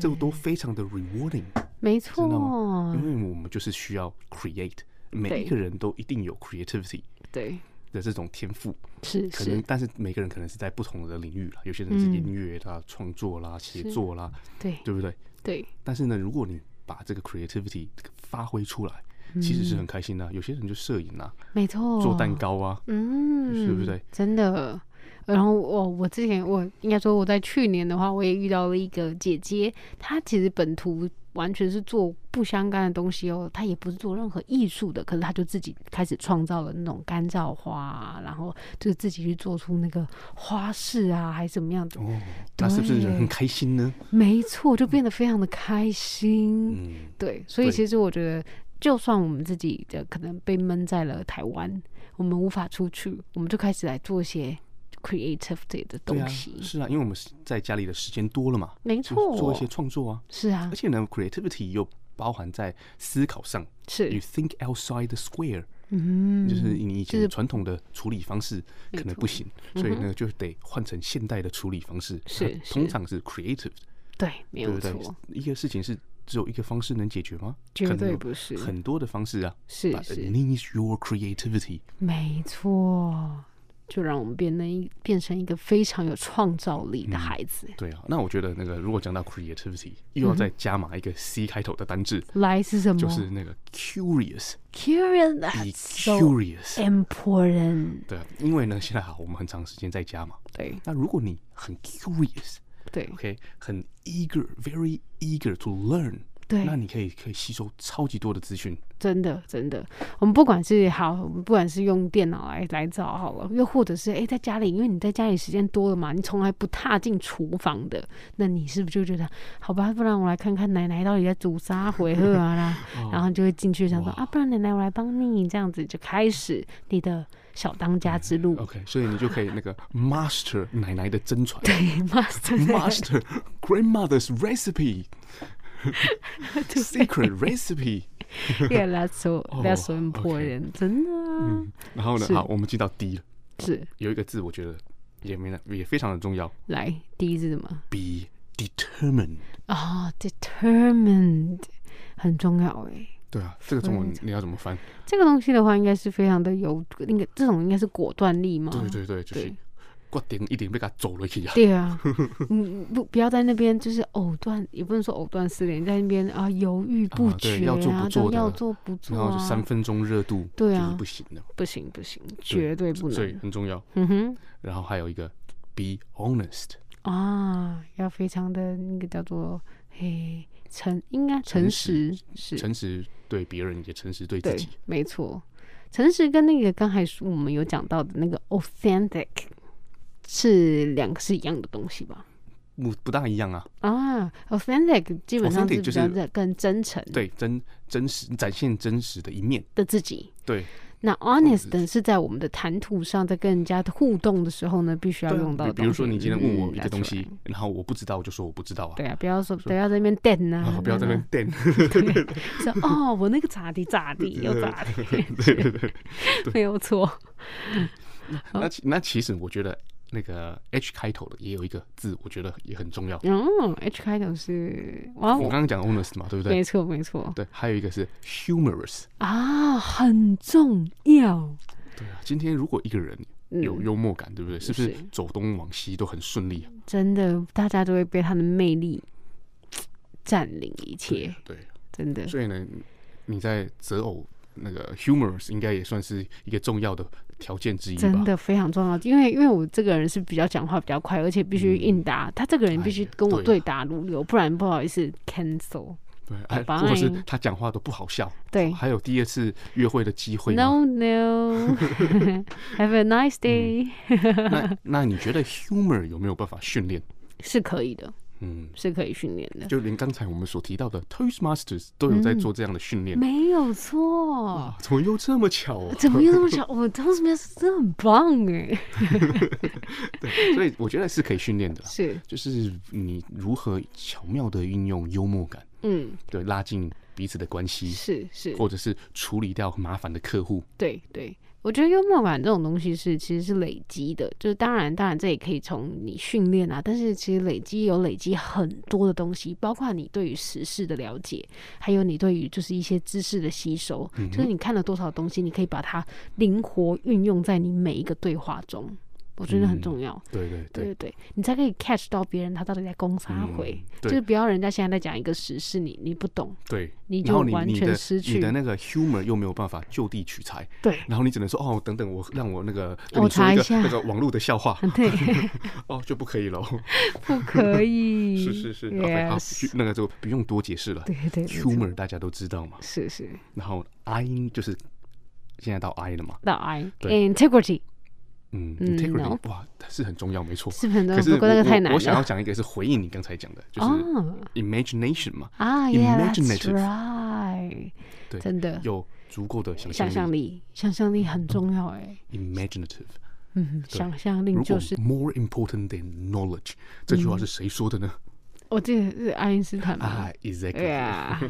这都非常的 rewarding，没知道吗？错，因为我们就是需要 create，每嗯对一个人都一定有 creativity 对，的这种天赋，是可能是，但是每个人可能是在不同的领域啦，有些人是音乐啦、创作啦、写作啦，对对不对？对，但是呢，如果你把这个 creativity 发挥出来，嗯其实是很开心的啊、有些人就摄影啊，没错，做蛋糕啊，嗯，是不对？真的。然后我我之前我应该说我在去年的话，我也遇到了一个姐姐，她其实本图完全是做不相干的东西哦，她也不是做任何艺术的，可是她就自己开始创造了那种干燥花啊、然后就自己去做出那个花式啊，还是怎么样的，哦，那是不是人很开心呢？没错，就变得非常的开心。嗯，对，所以对其实我觉得，就算我们自己的可能被闷在了台湾，我们无法出去，我们就开始来做一些 creativity 对的东啊，西。是啊，因为我们在家里的时间多了嘛，没就错，做一些创作啊，是啊而，且呢，creativity 又包含在思考上，you 是 think outside the square，嗯，就是你以就前是传统的处理方式没可能错不行，所以呢，就得换成现代的处理方式，是呃通是常是 creative，对，对没有不对错，？一个事情是只有一个方式能解决吗？绝可能对有不是很多的方式啊。是 But it 是， needs your creativity。没错。就让我们变得一变成一个非常有创造力的孩子。对啊，那我觉得那个如果讲到嗯 creativity，又要再加码一个 C 开头的单字，来是什么？就是那个 curious， curious, be that's so eh curious。 important。对啊，因为呢，现在好，我们很长时间在家嘛。对那如果你很 curious，OK，、对 OK，很 eager，very eager to learn，对，那你可以可以吸收超级多的资讯。真的，真的，我们不管是好，我们不管是用电脑来来找好了，又或者是诶，在家里，因为你在家里时间多了嘛，你从来不踏进厨房的，那你是不是就觉得好吧？不然我来看看奶奶到底在煮啥回合 啊啦，哦然后就会进去想说啊，不然奶奶我来帮你，这样子就开始你的小当家之路。 OK，所以你就可以那 个 master 奶奶的真传对 ，master， ，master grandmother's recipe。Secret recipe， yeah, that's so that's 哦，OK so 嗯 important，、真的啊、然后呢？是好，我们进到 D 了。是有一个字，我觉得也没那也非常的重要来第一是什么？ ，be determined。啊、d e t e r m i n e d 很重要诶。对啊，这个中文非常你要怎么翻？这个东西的话，应该是非常的有，应该这种应该是果断力嘛。对对对，就是对决定一定被他走了去啊。对啊，嗯，不不要在那边就是藕断，也不能说藕断丝连，在那边啊犹豫不啊对决要做不啊，做的要做不做然后啊，就三分钟热度，对就啊是不行的，不行不行，绝对不所以能。很重要。嗯哼然后还有一个 be honest，啊，要非常的那个叫做嘿诚，应该诚实实是诚实对别人也诚实对自对己。，没错，诚实跟那个刚才说我们有讲到的那个 authentic 是两个是一样的东西吧？不不大一样啊，啊，authentic 基本上 Authentic 就是比是较在更真诚对，真真实展现真实的一面，的自己。对，那嗯 honest 呢是在我们的谈吐上，在跟人家的互动的时候呢，必须要对啊用到的比比如东说西你今天问我嗯一个东 that's 西 right，然后我不知道，我就说我不知道啊，对啊，不要说不要在那边电然啊后，不要在那边垫，边说哦，我那个 咋地 咋地又咋地，对对 对。没有错，那其那其实我觉得那个 H 开头的也有一个字，我觉得也很重要。嗯，H 开头是哇，我刚刚讲 honest 嘛，对不没对？错没错对，还有一个是 humorous。啊，很重要，对啊，今天如果一个人嗯有幽默感，对不对？是不是是走东往西都很顺利啊？真的，大家都会被他的魅力占领一切，对，真的。所以呢，你在择偶那个 humorous 应该也算是一个重要的条件之一真吧？的非常重要，因为因为我这个人是比较讲话比较快，而且必须应答，他这个人必须嗯哎跟我对啊对答如流，不然不好意思 cancel。对，哎，拜或者是他讲话都不好笑，欸对还有第二次约会的机会吗？嗯 No no, have a nice day，、 那那你觉得 humor 有没有办法训练？是可以的，嗯，是可以训练的，就连刚才我们所提到的 Toastmasters 都有在做这样的训练。嗯没有错。哇，怎么又这么巧哦？怎么又这么巧？我当时面试真的很棒哎，对，所以我觉得是可以训练的啦，是， 就是你如何巧妙的运用幽默感，嗯，对，拉近彼此的关系，是是，或者是处理掉麻烦的客户。对对，我觉得幽默感这种东西是其实是累积的，就是当然当然这也可以从你训练啊，但是其实累积有累积很多的东西，包括你对于时事的了解，还有你对于就是一些知识的吸收，嗯就是你看了多少东西，你可以把它灵活运用在你每一个对话中，我觉得很嗯重要。对对对对，对对，你才可以 catch 到别人他到底在攻啥嗯回，就对是不要人家现在在讲一个时事，你你不懂，对，你然后就你完你全的失你去的那个 humor 又没有办法就地取材，对然后你只能说哦，等等我让我那个我你说哦查一个下那个网络的笑话 对，哦就不可以 了，不可 以，是是是，OK，好嗯 yes，，那个就不用多解释了对对没错，humor 大家都知道嘛，是是。然后 I 就是现在到 I 了嘛，到 I 对 integrity 嗯嗯，integrity 哇是很重要，没错，是不是很可多人？是不过那个我太难我我想要了。讲一个是回应你刚才讲的，就是哦 imagination 嘛，啊，Yeah，that's imaginative right，对，真的有足够的嗯想想象象力力，想象力很重要哎。 ，imaginative。嗯，想象力如果就是，嗯 more important than knowledge 这句话是谁说的呢？我记得是爱因斯坦嘛啊。，exactly。 对呀，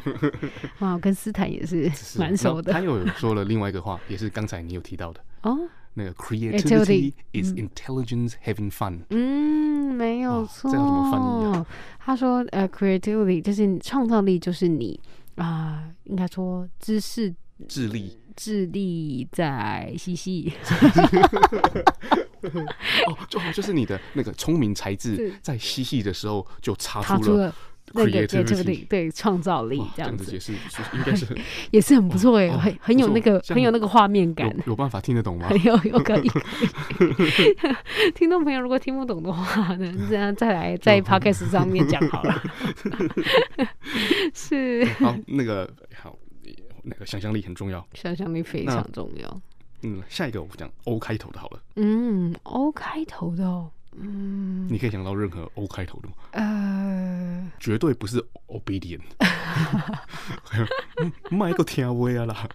哇，我跟斯坦也是是 蛮熟然后他的又有说了另外一个话，也是刚才你有提到的，哦。那个 Creativity creativity is intelligence having fun。嗯，没有哇错。这要怎么翻译啊他说，呃，creativity 就是你创造力，就是你啊、应该说知识智力智力在嬉戏。哦，就好就是你的那个聪明才智嗯是，在嬉戏的时候就擦他出出了了那个 creativity creativity，。对创造力哇，这这样样子子解释是应该是也是很不错哎，哦很不很有错那个这样很有那个画面感有，有办法听得懂 吗？很有 有可以。听众朋友如果听不懂的话呢，这样 再来哦在 podcast 上面讲好了。是好，那个好，那个想象力很重要。想象力非那常重要。嗯，下一个我讲 O 开头的好了，嗯，O 开头的哦，嗯你可以想到任何 O 开头的吗？呃，绝对不是 obedient。嗯卖个天威啊啦！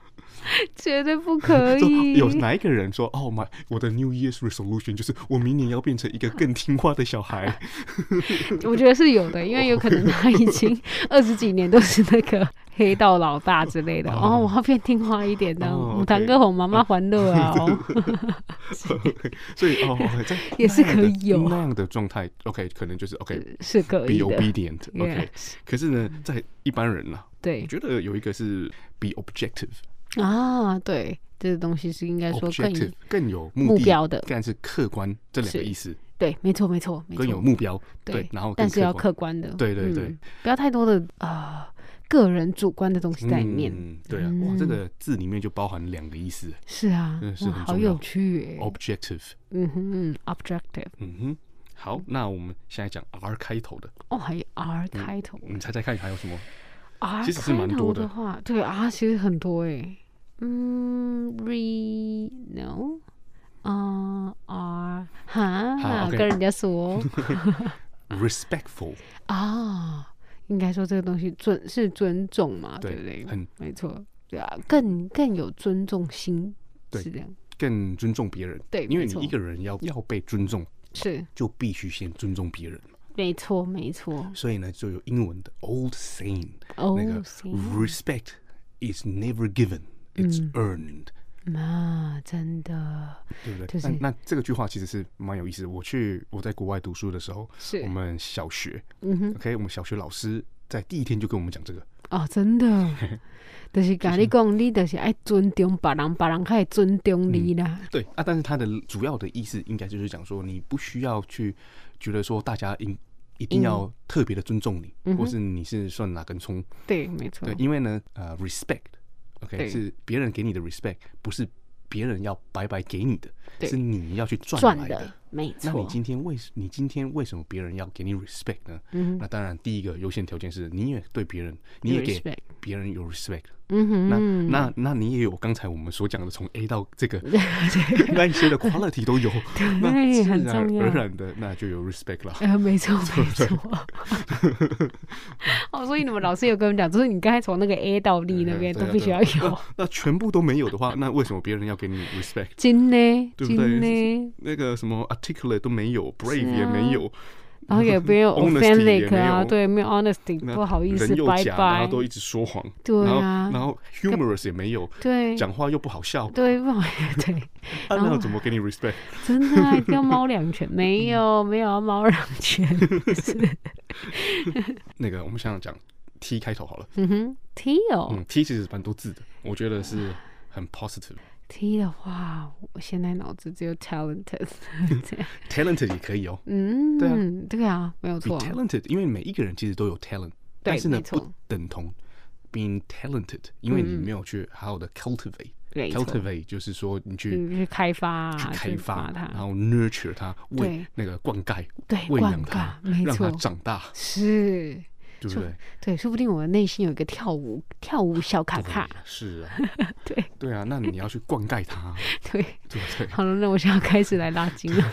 绝对 不可就以。有哪一个人说哦 my 我的 New Year's resolution 就是我明年要变成一个更听话的小 孩，我觉得是有的，因为有可哦能他已 经二十几年都是那个黑道老大之类的。哦，我要变听话一点的，哦我堂 OK 哥哄妈妈还乐 啊，哦所以哦在 也是可以有那样的状态，OK 可能就是 OK 是可 be 以的。 obedient OK， Yes，嗯可是呢在一般人啦，我对觉得有一个是 be objective 啊，对，这个东西是应该说更 objective 更有目目的标的但是客观这两个是意思对，没错，没错，没更有错，目标对对，，然后但更是要观客观的，对对对嗯，不要太多的呃个人主观的东西在里面。嗯、对啊，哇，这个字里面就包含两个意思是啊嗯真的，是哇，很好重有要哦趣欸， ，objective。嗯哼嗯，objective，嗯哼，好，那我们现在讲 R 开头的，哦，还有 R 嗯开头，你猜猜看还有什么？ R 其实是蛮啊开多头的的话，对啊，其实很多诶、嗯，re no，啊、r 哈，好，OK 啊跟人 家说 respectful，啊，应该说这个东西尊是尊重嘛，啊对对不对？很没错，对啊，更更有尊重心，对是这样，更尊重别人。对因为没你错一个人要要被尊重，是就必须先尊重别人嘛。没错，没错。所以呢，就有英文的 old saying，哦那个，respect is never given。It's 嗯 earned，、啊，真的对不对？就是那那这个句话其实是蛮有意思的。我去我在国外读书的时候，是嗯我们小学、o k 我们小学老师在第一天就跟我们讲这个，哦，真的， 就是甲你讲，你就是爱尊重别人，别人较会尊重你啦。对啊，但是它的主要的意思应该就是讲说，你不需要去觉得说大家应一定嗯要特别的尊重你，或是你是算哪根葱？对，没错对，，因为呢，呃，respect，OK，、嗯对是别人给你的 respect，不是别人要白白给你的，对是你要去赚赚来的没那你错，今天为你今天为什么嗯别人要给你 respect 呢？嗯、那当然，第一个优先条件是你也对别人，你也给 respect 别别人有 respect。嗯哼，那那那你也有刚才我们所讲的从 A 到这 个那一些的 quality 都有，那对自很然重要而然的那就有 respect 了。 呃，没 错，没错。 哦，所以你们老师有跟我们讲，就是你刚才从那个 A 到 D 那边对都啊必须对要啊有那。那全部都没有的话，那为什么别人要给你 respect？金呢，对不金对呢，？那个什么 articulate 都没有，brave 是啊也没有，然后也没有 Honesty 也 authentic 啊，没有对，没有 honesty，那不好意思人，又拜假，然后拜。都一直说谎，对然后啊然后 humorous 也没有，对，讲话又不好笑，对，不好意思，对，那然后那怎么给你 respect？ 真的啊，要猫两拳，没有，嗯没有要猫两 拳，是，那个我们想想讲 T 开头好了，嗯哼，T 哦嗯，T 其实蛮多字的，我觉得是很 positive。 ，T 的话，我现在脑子只有 talented，这样 talented 也可以哦。嗯，对啊对啊，没有你错， talented，因为每一个人其实都有 talent，但是呢没错嗯不等同 being talented，因为你没有去好好的 cultivate。没错 cultivate 就是说你去去去开发啊，嗯去开去发，它，然后 nurture 它，喂对那个灌溉，对喂灌养它，溉没让它错长大，是，对不就对？对，说不定我的内心有一个跳舞跳舞小卡对卡，是啊， 对对啊，那你要去灌溉它， 对，对不对？好了，那我现在要开始来拉筋了，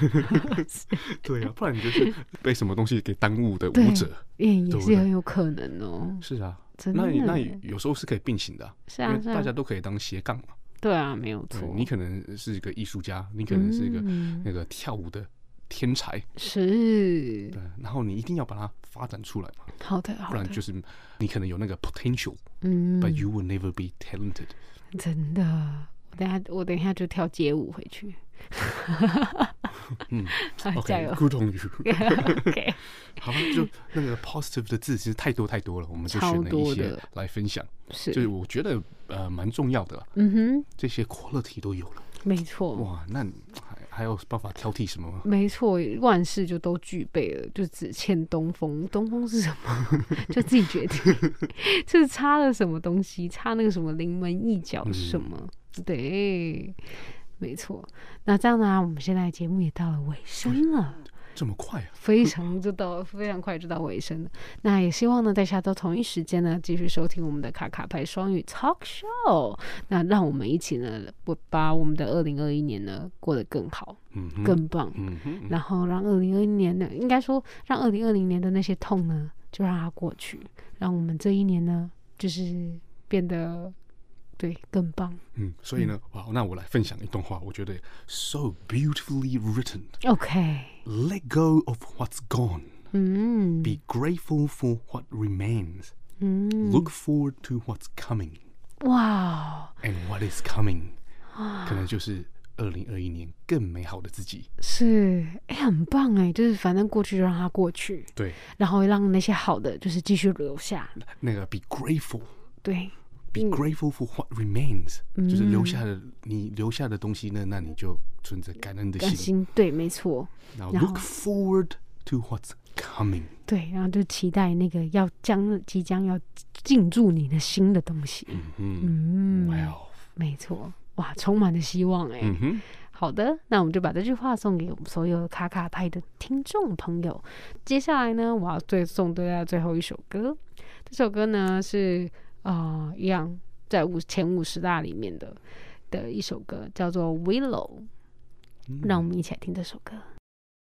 对啊，不然你就是被什么东西给耽误的舞者。也也对不是对很有可能哦，是啊，真的那你那耶有时候是可以并行的啊，是因啊为是啊大家都可以当斜杠嘛。对啊，没有对错，你可能是一个艺术家，你可能是一个、嗯那个跳舞的天才，是对，然后你一定要把它发展出来嘛，好的好不然的，就是你可能有那个 potential，but、嗯， you will never be talented。真的，我等一下我等一下就跳街舞回去， 嗯哎 加油 OK，good、on you。 ，OK，好吧，就那个 positive 的字其实太多太多了，我们就选超了一多些的来分享，就是是，我觉得呃蛮重要的啦，嗯这些 quality 都有了，哼，没错。哇，那你还还有办法挑剔什么吗？没错，万事就都具备了，就只欠东风。东风是什么？ 就自己决定， 就是差了什么东西，差那个什么临门一脚什么。嗯对，没错。那这样呢、我们现在节目也到了尾声了。这么快啊？非常就到非常快就到尾声了。那也希望呢，在下周同一时间呢，继续收听我们的卡卡牌双语 Talk Show。那让我们一起呢，不把我们的二零二一年呢过得更好、嗯哼，更棒，嗯哼，嗯然后让二零二一年呢，应该说让二零二零年的那些痛呢，就让它过去，让我们这一年呢，就是变得对更棒嗯，所以呢，哇，那我来分享一段话，我觉得 so beautifully written。 ，OK。 Let go of what's gone. 嗯 Be grateful for what remains. 嗯， Look forward to what's coming 哇，哦 and what is coming. 可能就是二零二一年更美好的自己。是，哎、很棒哎，就是反正过去就让它过去，对，然后让那些好的就是继续留下。那个 be grateful, 对， be grateful for what remains，、就是留下的你留下的东西呢，那你就存着感恩的甘心。心对，没错，然后然后 look forward to what's coming。对，然后就期待那个要将即将要进驻你的新的东西。嗯，well，没错，哇，充满了希望哎。嗯哼，好的，那我们就把这句话送给我们所有卡卡派的听众朋友。接下来呢，我要最送大家最后一首歌，这首歌呢是啊、呃一样在五前五十大里面的的一首歌，叫做《Willow》。让我们一起来听这首歌。